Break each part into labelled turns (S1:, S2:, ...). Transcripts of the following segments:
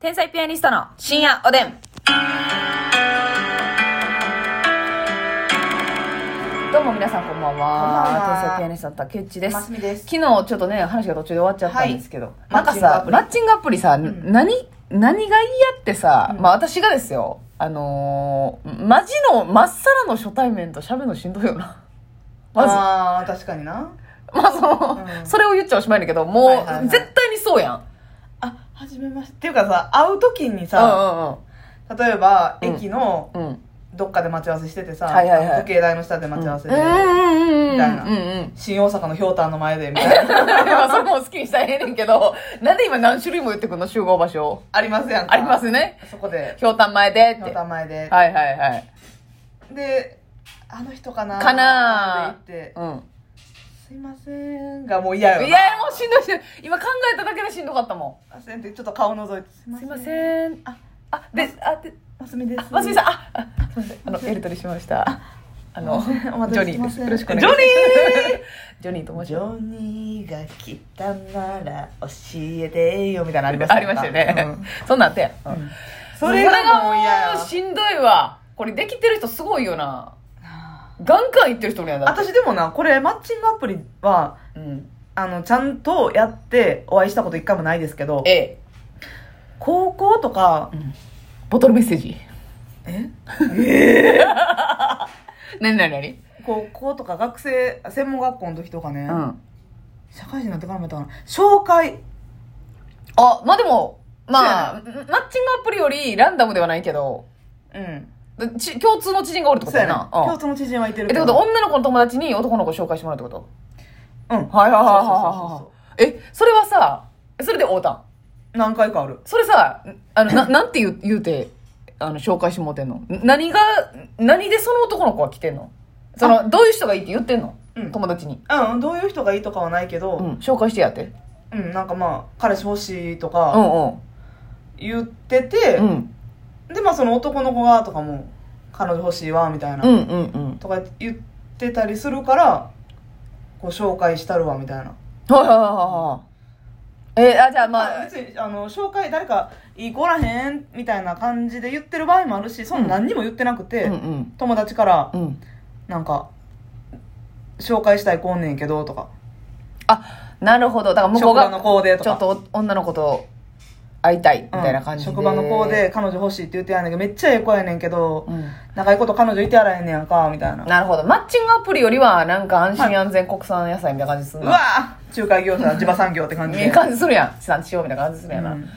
S1: 天才ピアニストの深夜おでん。どうも皆さんこんばんは。
S2: こんばんは
S1: 天才ピアニストの竹内です。
S2: ますみです
S1: 昨日ちょっとね、話が途中で終わっちゃったんですけど、
S2: い
S1: なんかさ、マ
S2: マ
S1: ッチングアプリさ、
S2: ん
S1: 何、何が嫌ってさ、
S2: うん
S1: まあ私がですよ、あのー、マジの、まっさらの初対面と喋るのしんどいよな。まず、
S2: ああ確かにな
S1: まあその、
S2: うん
S1: それを言っちゃおしまいだけど、もう、
S2: はいはいはい
S1: 絶対にそうやん。
S2: あ初めましてっていうかさ会う時にさ、
S1: う
S2: 例えば
S1: うん
S2: 駅の
S1: んうんうん。うん。
S2: どっかで待ち合わせしててさ、
S1: はいはいはい
S2: 時計台の下で待ち合わせで、
S1: うんうんうんうん。
S2: みたいな
S1: うんうん。
S2: 新大阪のひょうたんの前でみたいな
S1: まあそれも好きにしたらええねんけど、なんで今何種類も言ってくんの集合場所。
S2: ありますやんか
S1: ありますね。
S2: そこで
S1: ひょうたん前で
S2: ひ
S1: っ
S2: ょう
S1: て。
S2: た
S1: は
S2: ん前で、
S1: いはいはい。
S2: であの人かな
S1: かなー
S2: って言って
S1: うん。
S2: すいませんがもう嫌よ
S1: いやもうしんどいしんどい今考えただけでしんどかったも
S2: すいませんってちょっと顔覗いてすい
S1: ん
S2: ません
S1: んああであで
S2: ますみです
S1: ますみさんああすみませんあのやり取りしましたあのジ
S2: お待
S1: ョ
S2: たせ
S1: ニーで
S2: しますし
S1: よ
S2: た
S1: ろしくお願いし ますジョニーと申し
S2: ジ
S1: ま
S2: ョニーが来たなら教えてよみたいなのありまし
S1: す
S2: た
S1: ありましたよね、そんなんあったやん、
S2: うんうん
S1: そ
S2: そ
S1: れ
S2: れ
S1: が
S2: が
S1: も
S2: も
S1: う
S2: う嫌よ
S1: しんどいわこれできてる人すごいよなガンガンいってる人おるやんだって
S2: 私でもなこれマッチングアプリは
S1: うん
S2: あのちゃんとやってお会いしたこと一回もないですけど
S1: ええ
S2: 高校とか
S1: ボトルメッセージ
S2: え
S1: 何何何
S2: 高校とか学生専門学校の時とかね、
S1: うん
S2: 社会人になってからもやったかな紹介
S1: あまあでもまあマ
S2: そ
S1: ッチングアプリよりランダムではないけど
S2: うん
S1: ち共通の知人がおるってこ
S2: そう
S1: とや
S2: や
S1: な
S2: な。
S1: うん
S2: 共通の知人はいて
S1: え
S2: る
S1: って
S2: け
S1: こ
S2: ど
S1: と女の子の友達に男の子紹介してもらうってこと
S2: うん
S1: はいはいはいはい
S2: そうそうそうそう
S1: はいはい。え、それはさ、それで会うたん
S2: 何回かある
S1: それさ、あの、ななんて言う言うて、あの、紹介してもらってんのん何が、何でその男の子は来てんのその、どういう人がいいって言ってんの、
S2: うん
S1: 友達に。
S2: うんどういう人がいいとかはないけど、
S1: うん、紹介してやって。
S2: うん、なんかまあ、彼氏欲しいと
S1: う
S2: か
S1: んうん。
S2: 言ってて
S1: う、ん。
S2: で、まあその男の子がとかも、彼女欲しいわ、みたいな、
S1: うんうんうん。
S2: とか言ってたりするから、こう紹介したるわ、みたいな。
S1: はいはいはいはいはい。えーあ、じゃあまあ、
S2: 別に、あの、紹介誰かいい子おらへん、みたいな感じで言ってる場合もあるし、そんな何にも言ってなくて、
S1: うんうん。
S2: 友達から
S1: う、ん。
S2: なんか、紹介したい子おんねんけど、とか、
S1: あ、なるほど。だから向こう
S2: 職場
S1: が
S2: の、子でと
S1: ちょっ
S2: か。
S1: と女の子と会いたいみたいな感じで。
S2: うん職場の子で彼女欲しいって言ってやんねんけどめっちゃええ子やねんけど、
S1: うん。
S2: 仲いいこと彼女いてやらへんねやんかみたいな
S1: なるほど。マッチングアプリよりは、なんか安心安全国産野菜みたいな感じする
S2: う
S1: な。
S2: わぁ仲介業者地場産業って感 じ
S1: いい
S2: で
S1: 感じするやん。地産地消みたいな感じするやんな。
S2: うん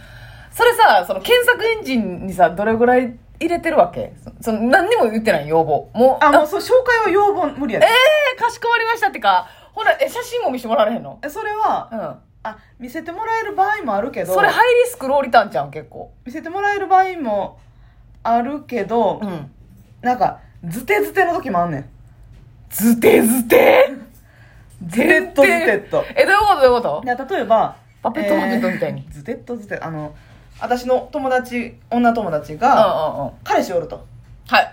S1: それさ、その検索エンジンにさ、どれぐらい入れてるわけそその何にも言ってない要望。もう、
S2: あもうそう紹介は要望無理
S1: え
S2: やで
S1: ー、かしこまりましたってか、ほら、え、写真も見せてもらわれへんの
S2: それは
S1: うん。
S2: あ見せてもらえる場合もあるけど
S1: それハイリスクローリターンじゃん、結構。
S2: 見せてもらえる場合もあるけど、
S1: ん。
S2: なんかズテズテの時もあんねん
S1: ずてずてず
S2: テッとズテッと
S1: え、どういうことどういうこと
S2: いや例えば
S1: パペットマペットみたいに
S2: えーズテッとズテッあの私の友達女友達
S1: うんうん
S2: が
S1: うん。
S2: 彼氏おると
S1: はい。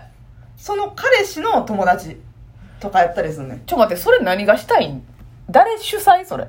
S2: その彼氏の友達とかやったりすんねん
S1: ちょ待って、それ何がしたいん誰主催それ。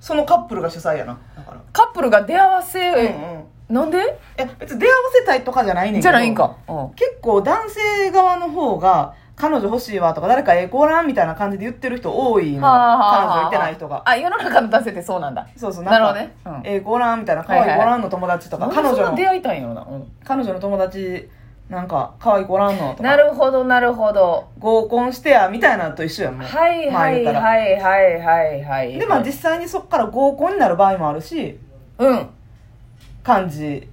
S2: そのカップルが主催やなだから
S1: カップルが出会わせ、
S2: うんうん
S1: なんで
S2: いや別に出会わせたいとかじゃないねんけど
S1: じゃないんか。うん。
S2: 結構男性側の方が彼女欲しいわとか誰かええ子おらんみたいな感じで言ってる人多いの、彼女いてない人が
S1: あ、世の中の男性ってそうなんだ。
S2: そうそう
S1: なる
S2: ん
S1: ほ
S2: か
S1: どね。うん
S2: ええ子おらんみたいな可愛い子おらんの友達とか、
S1: なんでそん
S2: 彼
S1: な
S2: 女
S1: 出
S2: の
S1: 会いたいんやろな。うん
S2: 彼女の友達なんか可愛い子おらんのとか
S1: なるほど、なるほど。
S2: 合コンしてやみたいなのと一緒やもん
S1: はいはいはい
S2: い
S1: はいはいはい。
S2: でまあ実際にそこから合コンになる場合もあるし
S1: うん。うん。
S2: 漢字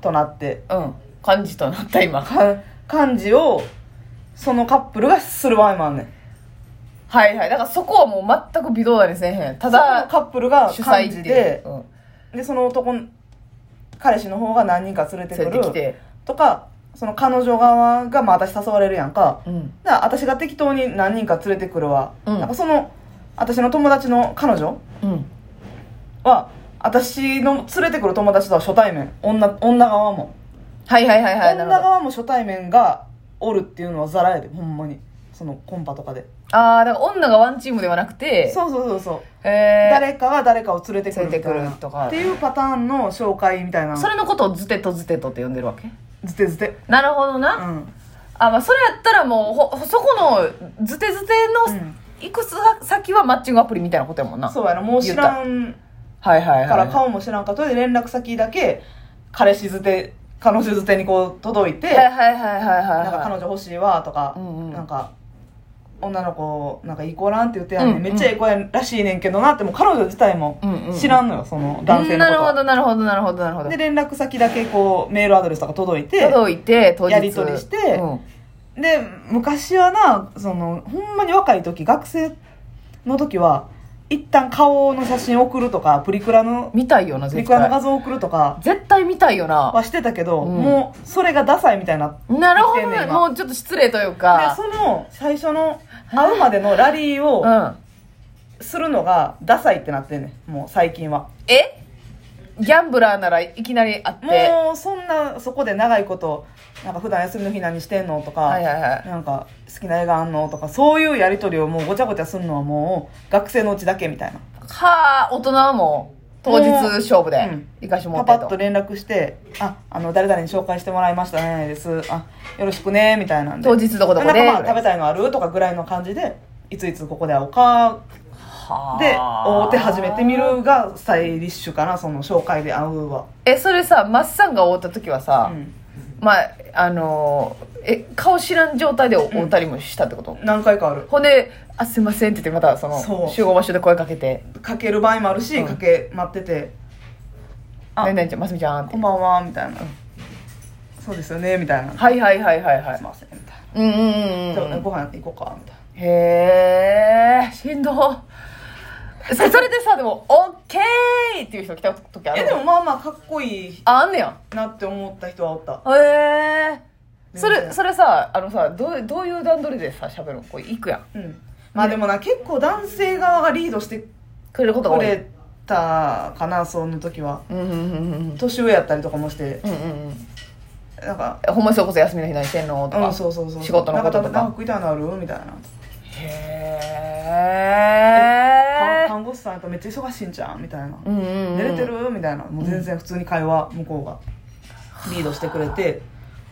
S2: となって
S1: うん。感じとなった今。
S2: か漢字をそのカップルがする場合もあんねん
S1: はいはい。だからそこはもう全く微動だにせえへん。た
S2: ただ
S1: だ、
S2: カップルが
S1: 主催
S2: 感
S1: って
S2: じ
S1: いう
S2: で、
S1: うん。
S2: でその男の彼氏の方が何人か連れて
S1: 連
S2: く
S1: れてき
S2: る
S1: て。
S2: とかその彼女側がまあ私誘われるやんか
S1: うん。
S2: だから私が適当に何人か連れてくるわ、
S1: うん
S2: なんかその私の友達の彼女
S1: うん。
S2: は私の連れてくる友達とは初対面女女側も、
S1: はいはいはいはい。な
S2: 女
S1: るほど。
S2: 側も初対面がおるっていうのはザラやでほんまにそのコンパとかで
S1: ああ、だから女がワンチームではなくて、
S2: そうそうそうそう
S1: へえ
S2: 誰かが誰かを連れてくるみたいな
S1: 連れてくるとか
S2: っていうパターンの紹介みたいな
S1: それのことをズテとズテとって呼んでるわけ
S2: ずてずて
S1: なるほどな。
S2: うん
S1: あ、まあ、それやったらもう、ほ、そこのズテズテ
S2: う
S1: の、
S2: ん
S1: いくつ先はマッチングアプリみたいなことやもんな。
S2: そうやなもう知らん
S1: はいはいはい。
S2: から顔も知らんかとで連絡先だけ彼氏づて彼女づてにこう届いて、
S1: はいはいはいはいはいはい。
S2: なんか彼女欲しいわとか、
S1: うんうん
S2: なんか女の子なんかいい子らんって言ってやんね、
S1: うんうん
S2: めっちゃいい子やらしいねんけどなってもう彼女自体も
S1: うんうん
S2: 知らんのよその男性の
S1: うんなるほ
S2: こ
S1: どなるほどなるほどなるほ
S2: と
S1: ど
S2: で連絡先だけこうメールアドレスとか届いて
S1: 届いて当日
S2: やり取りして
S1: うん
S2: で昔はなそのほんまに若い時学生の時は一旦顔の写真送るとかプリクラの
S1: 見たいよな
S2: プリ
S1: 絶
S2: クラの画
S1: 対
S2: 像送るとか
S1: 絶対見たいよな
S2: はしてたけど、
S1: うん
S2: もうそれがダサいみたいな
S1: なるほ
S2: 見
S1: ど
S2: てんねん
S1: ね
S2: 今
S1: もうちょっと失礼という
S2: で
S1: か
S2: その最初の会うまでのラリーを
S1: うん
S2: するのがダサいってなってんねんもう最近は
S1: えギャンブラーならいきなり会って
S2: もうそんなそこで長いことなんか普段休みの日何してんのとか、
S1: はいはいはい
S2: なんか好きな映画あんのとかそういうやり取りをもうごちゃごちゃするのはもう学生のうちだけみたいな
S1: はあ大人はもう当日勝負で
S2: うん
S1: 行かしても
S2: パ
S1: ら
S2: パ
S1: って
S2: ッ
S1: と
S2: と連絡して「ああの誰々に紹介してもらいましたね」です「あよろしくね」みたいなんで
S1: 当日どこどこで
S2: なんかまあ食べたいのあるとかぐらいの感じでいついつここで会おうかで会うて始めてみるがスタイリッシュかなその紹介で会うは、
S1: えそれさマッサンが会うた時は
S2: う
S1: さ
S2: ん
S1: まああのーえ顔知らん状態で会うたりもしたってこと
S2: 何回かある
S1: ほんで「あすいません」って言ってまたそ
S2: そ
S1: の
S2: う
S1: 集合場所で声かけて
S2: かける場合もあるし、
S1: うん
S2: かけ待ってて
S1: 「
S2: あ
S1: ねんねんちゃんますみちゃん」っ
S2: 「こ
S1: て
S2: んばんは」みたいな、そうですよね」みたいな「す
S1: はいはいはいはいはい
S2: いません」みたいな
S1: うんうんうん
S2: じゃ
S1: う
S2: あ
S1: ん
S2: ご飯行こうか」みたいな
S1: へえしんどそそれでさでも「オッケー!」っていう人来た時あ
S2: え
S1: る
S2: でもまあまあかっこいい
S1: ああんねや
S2: なって思った人はおった
S1: へえそ
S2: 全
S1: れ
S2: 然
S1: それさあのさどうどういう段取りでさ喋るのこれ行くやん
S2: うんまあでもな、結構男性側がリードして
S1: くれることが
S2: く
S1: 多い
S2: れたかなその時は
S1: うんうんうんうん
S2: 年上やったりとかもして
S1: うんうんうん
S2: なんか
S1: ほんまにそれこそ休みの日何してんのと
S2: う
S1: か
S2: んそうそうそう
S1: 仕事のこととか
S2: なんかなんか食いたいのあるみたいな
S1: へ
S2: 看
S1: え
S2: 看護師さんやったらめっちゃ忙しいんじゃんみたいな
S1: うんうんうん
S2: 寝れてるみたいなもう全然普通に会話向こうがリードしてくれて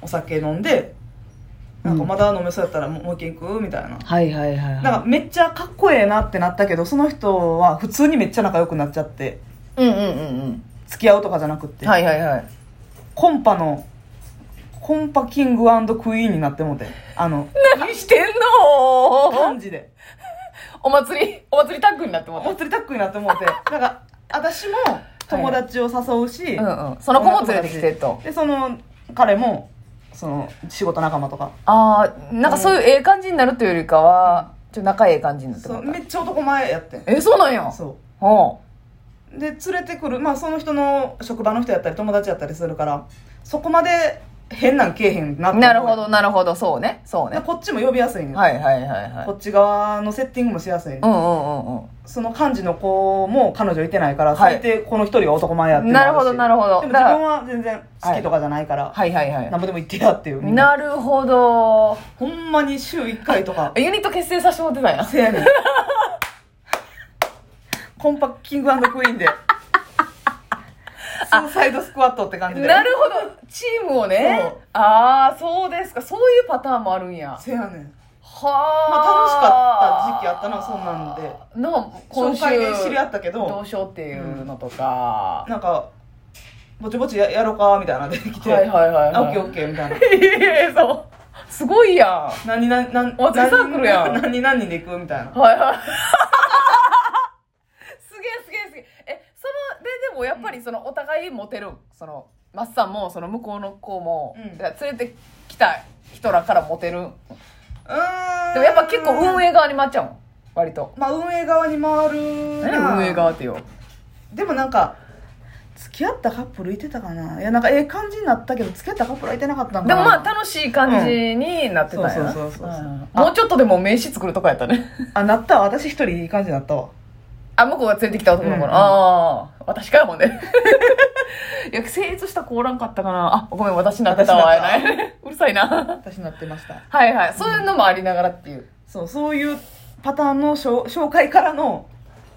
S2: お酒飲んでなんかまだ飲めそうやったらもうもう一軒行くみたいな
S1: はいはいはいはい
S2: なんかめっちゃかっこええなってなったけどその人は普通にめっちゃ仲良くなっちゃって
S1: うんうんうん
S2: 付き合うとかじゃなくっ
S1: う
S2: て、
S1: んはいはいはい
S2: コンパのコンパキングクイーンになってもうてあの
S1: 何してんの
S2: 感じで
S1: お祭りお祭りタッグになっても
S2: お
S1: らった
S2: 祭りタックになって もうてなんか私も友達を誘うし、
S1: うんうんその子も連れてきてと
S2: でその彼もその仕事仲間とか
S1: ああなんかそういうええ感じになるというよりかはちょっと仲ええ感じになっても
S2: そう
S1: らった
S2: めっちゃ男前やってん
S1: えそうなんや
S2: そ
S1: ほ
S2: うで連れてくるまあその人の職場の人やったり友達やったりするからそこまで変なんけえへんなっ
S1: う
S2: て
S1: なるほどなるほどそうねそう
S2: で
S1: ね
S2: こっちも呼びやすいんよ
S1: はいはいはいは
S2: こ
S1: い
S2: っち側のセッティングもしやすいんよ
S1: うんうんうんうん
S2: その幹事の子も彼女いてないから、
S1: はい
S2: 最低この一人が男前やっていうのも
S1: なるほど
S2: あし
S1: なるほど
S2: でも
S1: だ
S2: 自
S1: から
S2: 分は全然好きとかじゃないから、
S1: はいはいは
S2: 何ぼでも言ってやっていう
S1: いなるほど
S2: ほんまに週1回とか
S1: ユニット結成させてもらってたんや
S2: せやねんコンパキングクイーンでスーサイドスクワットって感じで
S1: なるほどチームをね
S2: そう
S1: ああそうですかそういうパターンもあるんや
S2: せやねん
S1: はあ、
S2: まあ楽しかった時期あったなそんなんで
S1: なあ今
S2: 紹
S1: 週
S2: 介で知り合ったけ
S1: ど
S2: ど
S1: うしようっていうのとか、
S2: なんかぼちぼちややろうかみたいなの出てきて「
S1: はいはいはい
S2: あオ
S1: はい
S2: ッケーオッケー」みたいな
S1: ええそうすごいやんは
S2: 何何何
S1: お祭りサークルやん
S2: 何何何人で行くみたいない
S1: はい すげえすげえすげええそのででもやっぱりそのお互いモテるそのマッサンもその向こうの子も、
S2: うん
S1: 連れてきた人らからモテる
S2: うーん
S1: でもやっぱ結構運営側に回っちゃうもん割と
S2: まあ運営側に回るな
S1: 何運営側ってよ
S2: でもなんか付き合ったカップルいてたかないやなんかええ感じになったけど付き合ったカップルはいてなかったん
S1: で
S2: かな
S1: もまあ楽しい感じになってたんやな
S2: うんそうそうそうそうそうん
S1: もうちょっとでも名刺作るとかやったね
S2: あなったわ私一人いい感じになったわ
S1: あ向こうが連れてきた男の子の、
S2: うん
S1: ああ私かよほんでいや成立した子おらんかったかなあごめん私になってたわ
S2: 私になった
S1: やないうるさいな
S2: 私になってました
S1: はいはいそういうのもありながらっていう、
S2: そうそういうパターンの紹紹介からの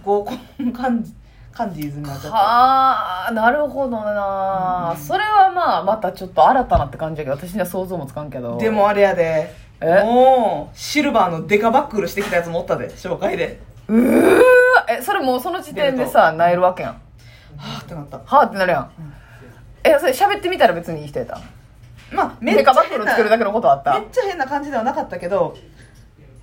S2: 合コンカンジカンジーズになっちゃった
S1: はあなるほどな、
S2: うん
S1: それはまあまたちょっと新たなって感じやけど私には想像もつかんけど
S2: でもあれやで
S1: え
S2: もうシルバーのデカバックルしてきたやつもおったで紹介で
S1: うーえそれもうその時点でさなえるわけやん
S2: はあってなった
S1: はあってなるやん、えそれ喋ってみたら別にいい人やった
S2: まあめっち
S1: メカバ
S2: ゃ
S1: ッグ
S2: 変
S1: ル
S2: な
S1: 作るだけのことあった
S2: めっちゃ変な感じではなかったけど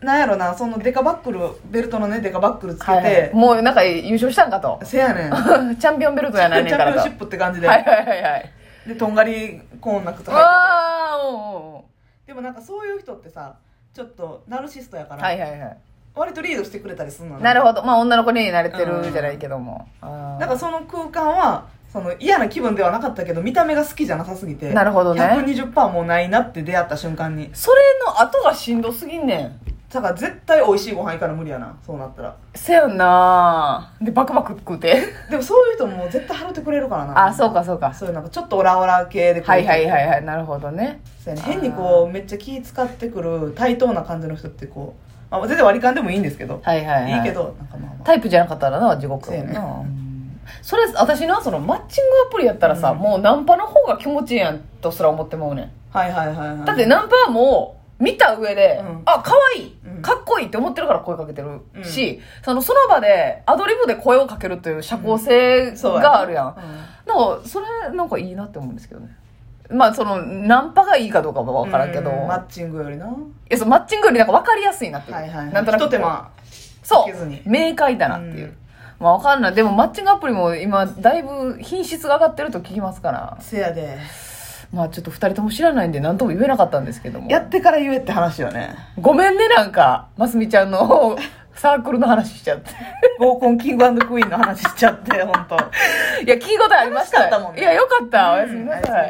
S2: なんやろなそのデカバックルベルトのねデカバックルつけて、
S1: はいはい、もうなんか優勝したんかと
S2: せやねんチ
S1: チャンピオンベルトやないねん
S2: ャ
S1: か
S2: ンピオ
S1: ら
S2: ン
S1: と
S2: シップって感じで、
S1: はいはいはいはい
S2: でとんがりコーンなくとか
S1: ああうんうんうん
S2: でもなんかそういう人ってさちょっとナルシストやから、
S1: はいはいはい
S2: 割とリードしてくれたりするのね
S1: なるほどまあ女の子に慣れてるじゃないけどもあー
S2: なんかその空間はその嫌な気分ではなかったけど見た目が好きじゃなさすぎて
S1: なるほどね
S2: 120%もうないなって出会った瞬間に
S1: それの後がしんどすぎんねん
S2: だから絶対美味しいご飯行かな無理やなそうなったら
S1: せやんなでバクバク食うて
S2: でもそういう人も絶対払ってくれるからな
S1: あそうかそうか
S2: そういうなんかちょっとオラオラ系でこう
S1: はいはいはいはいなるほどね
S2: そうやね変にこうめっちゃ気使ってくる対等な感じの人ってこう、まあ、全然割り勘でもいいんですけど、
S1: はいはい
S2: い
S1: はい
S2: い、けどなんかまあまあ
S1: タイプじゃなかったらな地獄やもん
S2: そうや
S1: なうんそれ私なそのマッチングアプリやったらさ、
S2: うん
S1: もうナンパの方が気持ちいいやんとすら思ってまうねん
S2: はいはいはいはい
S1: だってナンパはもう見た上で、
S2: うん
S1: あ可愛い
S2: うん
S1: かっこいいって思ってるから声かけてるし、そのその場でアドリブで声をかけるという社交性
S2: そうやね
S1: があるやん、
S2: うん
S1: なんかそれなんかいいなって思うんですけどねまあそのナンパがいいかどうかは分からんけど、
S2: うマ
S1: ま
S2: ッチングよりなは
S1: やそのマッチングよりなんか分かりやすいなって
S2: い
S1: いう、
S2: はいはい
S1: なんとなく
S2: 一手間
S1: そ
S2: かけずに
S1: う明快だなっていう、
S2: うん
S1: まあ分かんないでもマッチングアプリも今だいぶ品質が上がってると聞きますから
S2: せやで
S1: まあちょっと2人とも知らないんで何とも言えなかったんですけども
S2: やってから言えって話よね
S1: ごめんねなんかますみちゃんのサークルの話しちゃっ て
S2: 合コンキングクイーンの話しちゃって本当。
S1: いや聞いたことありました
S2: 楽しかったもんね
S1: いやよかった、おやすみ
S2: うん
S1: な
S2: おやすみな
S1: さ
S2: さ
S1: い
S2: い